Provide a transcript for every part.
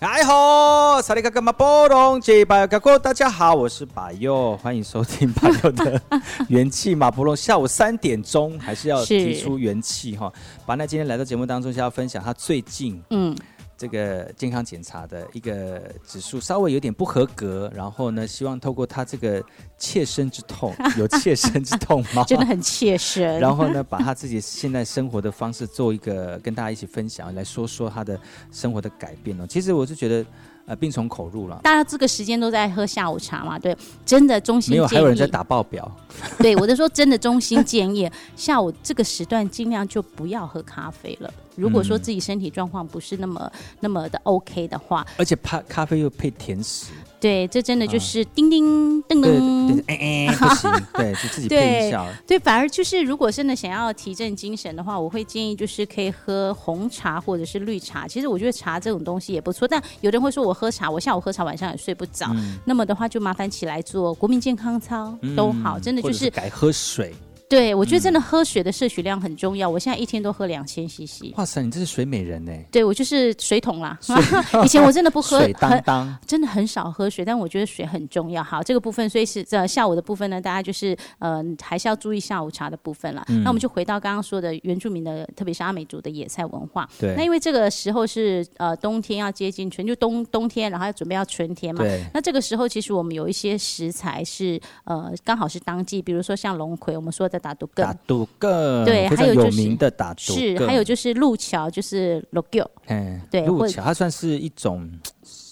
哎吼，萨利嘎嘎马波隆，这巴嘎哥，大家好，我是巴佑，欢迎收听巴佑的元气马波隆。下午三点钟还是要是提出元气哈。巴奈今天来到节目当中，是要分享他最近嗯，这个健康检查的一个指数稍微有点不合格，然后呢，希望透过他这个切身之痛， 有切身之痛 吗？真的很切 身。然后呢，把他自己现在生活的方式做一个跟大家一起分享，来说说他的生活的改变哦。其实我是觉得，呃，病从口入了，大家这个时间都在喝下午茶嘛，对，真的衷心没建有议。还有人在打报表， 对，我就说真的衷心建议， 下午这个时段尽量就不要喝咖啡了。如果说嗯自己身体状况不是那么那么的 OK 的话，而且咖咖啡又配甜食，对，这真的就啊是叮叮噔对噔。对，哎哎，不行，对，就自己配一 下。对，反而就是如果真的想要提振精神的话，我会建议就是可以喝红茶或者是绿茶。其实我觉得茶这种东西也不错，但有的人会说我喝茶，我下午喝茶晚上也睡不着。嗯，那么的话，就麻烦起来做国民健康操嗯都好，真的或就者嗯是改喝水。对我觉得真的喝水的摄取量很重要。我现在一天都喝两千 CC，哇塞，你这是水美人呢、对我就是水桶啦。水 以前我真的不喝，水当很当，真的很少喝水，但我觉得水很重要。好，这个部分，所以是这下午的部分呢，大家就是呃，还是要注意下午茶的部分了。嗯那我们就回到刚刚说的原住民的，特别是阿美族的野菜文化。那对因为这个时候是呃冬天要接近春，就冬冬天，然后要准备要春天嘛。对，那这个时候，其实我们有一些食材是呃刚好是当季，比如说像龙葵，我们说的打毒根打，赌个非对还常有有就是名的打赌是，还有就是路桥，就是鹿角，嗯，对鹿或角它算是一种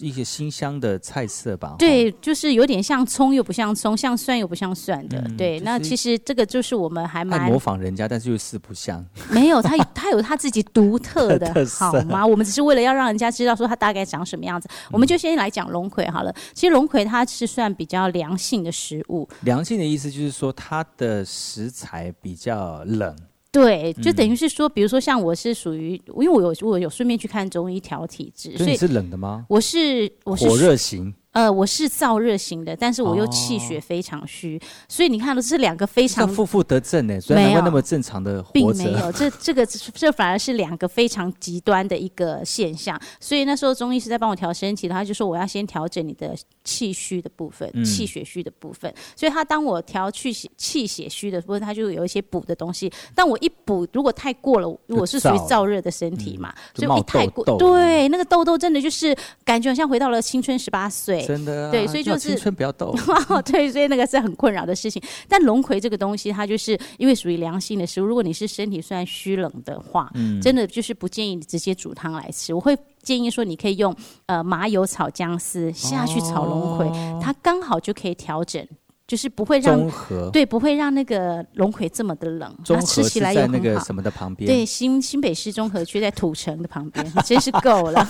一些新香的菜色吧。哦，对，就是有点像葱又不像葱，像蒜又不像蒜的。嗯对，就是那其实这个就是我们还爱蛮模仿人家，但是又四不像。没有它，它有它自己独特特的色好吗？我们只是为了要让人家知道说它大概长什么样子，我嗯们就先来讲龙葵好了。其实龙葵它是算比较凉性的食物，良性的意思就是说，它的食材比较冷，对，就等于嗯是说，比如说像我是属于，因为我有我有顺便去看中医调体质，所所以你以。是冷的吗？我是我是火热型，呃我是燥热型的，但是我又气哦血非常虚，所以你看，这是两个非这常负负得正呢，所以没难怪有那么正常的活并没着。有，这这个这反而是两个非常极端的一个现象。所以那时候中医师在帮我调身体，然后他就说我要先调整你的气虚的部分、嗯气血虚的部分。所以他当我调去血气血虚的部分，他就有一些补的东西。但我一补，如果太过了，我是属于燥嗯燥热的身体嘛，就所以冒一太痘过，痘对那个痘痘真的就是感觉好像回到了青春十八岁，真的啊，对所以叫就是青春不要抖。哦，对，所以那个是很困扰的事情。但龙葵这个东西，它就是因为属于凉性的食物，如果你是身体虽然虚冷的话，嗯真的就是不建议你直接煮汤来吃。我会建议说，你可以用呃麻油炒姜丝 下去炒龙葵，哦它刚好就可以调整，就是不会让综合，对不会让那个龙葵这么的冷，综它合吃是起来又在那很个好。什么的旁边。对，新新北市中和区在土城的旁边， 真是够了。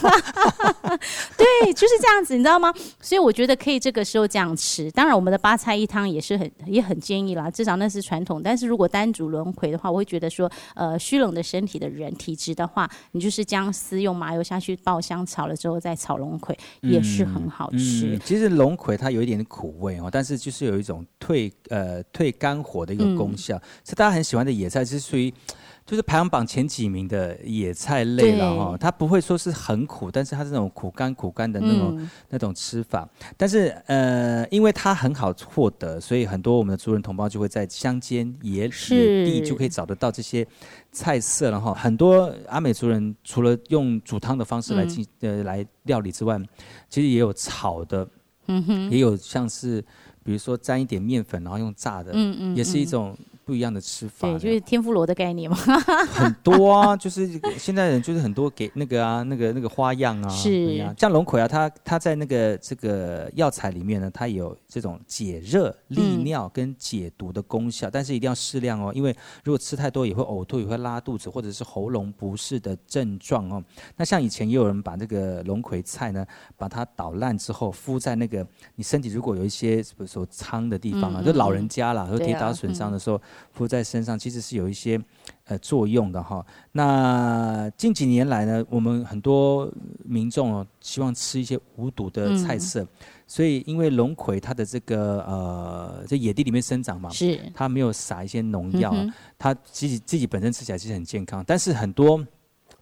对，就是这样子，你知道吗？所以我觉得可以这个时候这样吃。当然，我们的八菜一汤也是很也很建议啦，至少那是传统。但是如果单煮轮回的话，我会觉得说，呃，虚冷的身体的人体质的话，你就是姜丝用麻油下去爆香炒了之后再炒龙葵，也是很好吃。嗯，其实龙葵它有一点苦味哦，但是就是有一种退呃退肝火的一个功嗯效，是大家很喜欢的野菜，是属于就是排行榜前几名的野菜类了哈、对它不会说是很苦，但是它是那种苦甘苦甘的那种、嗯那种吃法。但是呃，因为它很好获得，所以很多我们的族人同胞就会在乡间野野是地就可以找得到这些菜色了哈。很多阿美族人除了用煮汤的方式来嗯进、呃来料理之外，其实也有炒的，嗯也有像是比如说沾一点面粉然后用炸的，嗯嗯，也是一嗯。种不一样的吃法对，的。就是天妇罗的概念嘛，很多啊，就是现在人就是很多给那个啊，那个那个花样啊，是对啊像龙葵啊，它它在那个这个药材里面呢，它有这种解热、利尿跟解毒的功效，但是一定要适量哦，因为如果吃太多也会呕吐，也会拉肚子，或者是喉咙不适的症状哦。那像以前也有人把这个龙葵菜呢，把它捣烂之后敷在那个你身体如果有一些比如说苍的地方啊，嗯嗯就老人家啦，有对啊跌打损伤的时候、敷在身上，其实是有一些呃作用的哈。那近几年来呢，我们很多民众哦，希望吃一些无毒嗯的菜色，所以因为龙葵它的这个呃，在野地里面生长嘛，是它没有撒一些农嗯药啊，哼它自己自己本身吃起来其实很健康，但是很多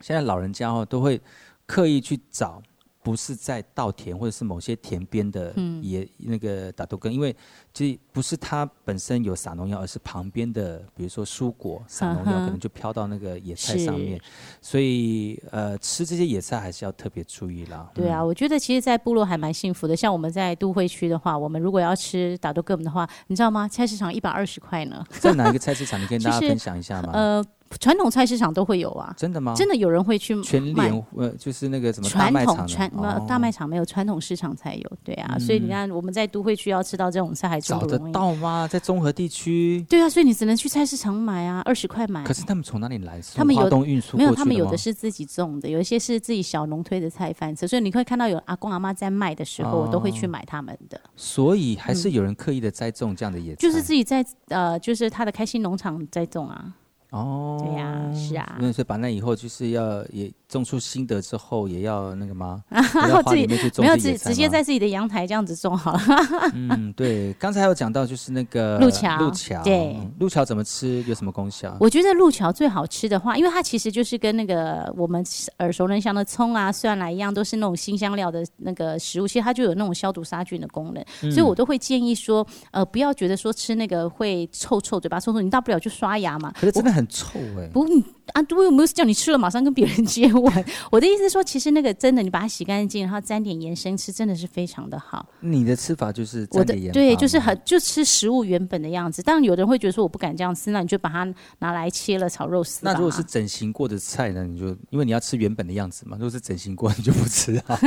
现在老人家哦都会刻意去找不是在稻田或者是某些田边的嗯野、那个打豆根，因为其实不是它本身有撒农药，而是旁边的比如说蔬果撒农药，嗯哼可能就飘到那个野菜上是面，所以呃吃这些野菜还是要特别注意啦。嗯对啊，我觉得其实，在部落还蛮幸福的。像我们在都会区的话，我们如果要吃打豆根的话，你知道吗？菜市场一百二十块呢。嗯，在哪一个菜市场？你跟大家就是分享一下吗？呃，传统菜市场都会有啊，真的吗？真的有人会去全买。联呃就是那个什么大传卖场统的传呃哦嗯大卖场没有传统市场才有，对啊，所以你看我们在都会区要吃到这种菜还真找不得容易。到吗？在综合地区？对啊，所以你只能去菜市场买啊，二十块买。可是他们从哪里来？他们从花有东运输没有，过他去们有吗的是自己种的，有一些是自己小农推的菜贩子，所以你会看到有阿公阿妈在卖的时候，哦我都会去买他们的，所以还是有人刻意的栽种这样的野菜，嗯就是自己在呃，就是他的开心农场在种啊，哦，对呀、是啊。那所以把那以后就是要也种出心得之后，也要那个 吗？也要花里面去种没有这直野菜直接吗在自己的阳台这样子种好了， 嗯对，刚才有讲到就是那个路桥路桥对嗯路桥怎么吃有什么功效？我觉得路桥最好吃的话，因为它其实就是跟那个我们耳熟能详的葱啊、蒜啊一样，都是那种新香料的那个食物，其实它就有那种消毒杀菌的功能，嗯所以我都会建议说，呃，不要觉得说吃那个会臭臭嘴巴臭臭，你大不了就刷牙嘛。可是真的很臭哎、不，你啊，我有没有叫你吃了马上跟别人接吻？我的意思是说，其实那个真的，你把它洗干净，然后沾点盐生吃，真的是非常的好。你的吃法就是我沾的点盐巴吗，对，就是很就吃食物原本的样子。当然，有的人会觉得说我不敢这样吃，那你就把它拿来切了炒肉丝吧。那如果是整形过的菜呢？你就因为你要吃原本的样子嘛，如果是整形过，你就不吃啊。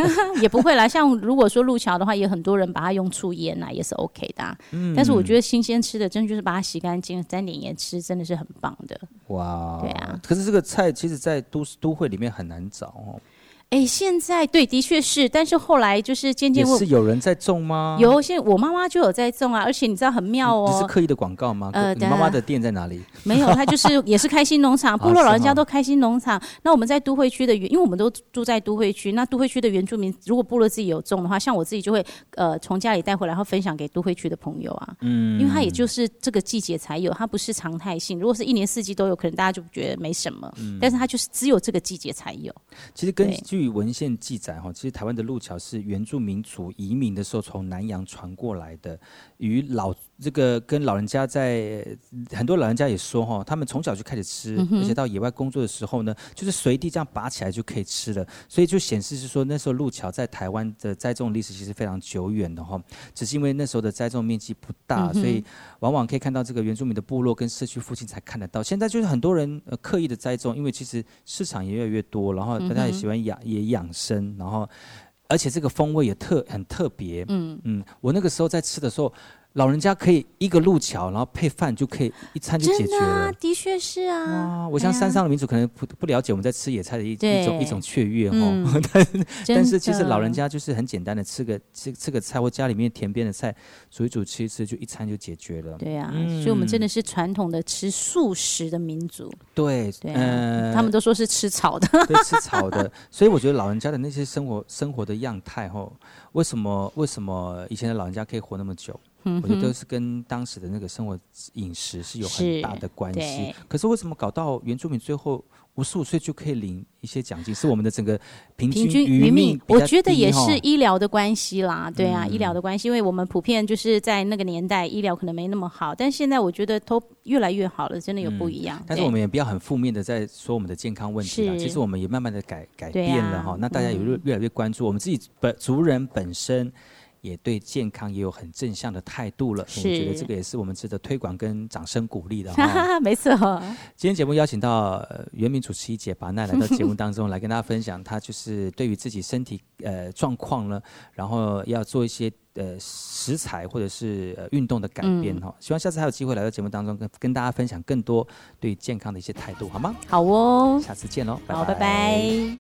也不会啦，像如果说路桥的话，也很多人把它用醋腌呐、也是 OK 的、啊。嗯但是我觉得新鲜吃的，真的就是把它洗干净，沾点盐吃，真的是很棒的。哇，对啊。可是这个菜其实，在都市都会里面很难找哦，哎，现在对，的确是，但是后来就是渐也渐我是有人在种吗？有，现在我妈妈就有在种啊，而且你知道很妙你是哦，刻意的广告吗？呃你等妈妈下的店在哪里？没有，她就是 也是开心农场，部啊落是老人家吗都开心农场。那我们在都会区的原，因为我们都住在都会区，那都会区的原住民，如果部落自己有种的话，像我自己就会呃从家里带回来，然后分享给都会区的朋友啊。嗯因为它也就是这个季节才有，它不是常态性。如果是一年四季都有，可能大家就觉得没什么，嗯但是它就是只有这个季节才有。其实根对据文献记载，哦哈，其实台湾的路桥是原住民族移民的时候从南洋传过来的，与老这个跟老人家在很多老人家也说哈，他们从小就开始吃，嗯而且到野外工作的时候呢，就是随地这样拔起来就可以吃了，所以就显示是说那时候路桥在台湾的栽种历史其实非常久远的哈，只是因为那时候的栽种面积不嗯大，所以往往可以看到这个原住民的部落跟社区附近才看得到。现在就是很多人呃刻意的栽种，因为其实市场也越来越多，然嗯后大家也喜欢养、也养生，然后而且这个风味也特很特别。嗯嗯，我那个时候在吃的时候，老人家可以一个路桥，然后配饭就可以一餐就解真的决了啊，。的确是啊，啊，我像山上的民族可能不不了解我们在吃野菜的一一种对一种雀跃哈，嗯但真是其实的老人家就是很简单的吃个吃吃个菜或家里面田边的菜煮一煮吃一吃就一餐就解决了。对啊，嗯所以我们真的是传统的吃素食的民族，对，对啊呃他们都说是吃草的， 对吃草的，所以我觉得老人家的那些生活生活的样态吼，为什么为什么以前的老人家可以活那么久？嗯我觉得都是跟当时的那个生活饮食是有很是大的关系对。可是为什么搞到原住民最后五十五岁就可以领一些奖金？是我们的整个平平均均余余命命比，较我觉得低嗯也吼是医疗的关系啦，对啊，医疗的关系，因为我们普遍就是在那个年代医疗可能没那么好，但现在我觉得都越来越好了，真的有不一样。嗯但是对我们也不要很负面的在说我们的健康问题啦。是其实我们也慢慢的改改对变了啊哈、那大家也越越来越关注，我们自己本族人本身也对健康也有很正向的态度了。我觉得是这个也是我们值得推广跟掌声鼓 励的哈哈。哈，没错，今天节目邀请到呃原名主持一姐把奈来到节目当中来跟大家分享，她就是对于自己身体呃状况呢，然后要做一些呃食材或者是呃运动的改嗯变哈、希望下次还有机会来到节目当中跟跟大家分享更多对健康的一些态度，好吗？好哦，下次见喽，好，拜拜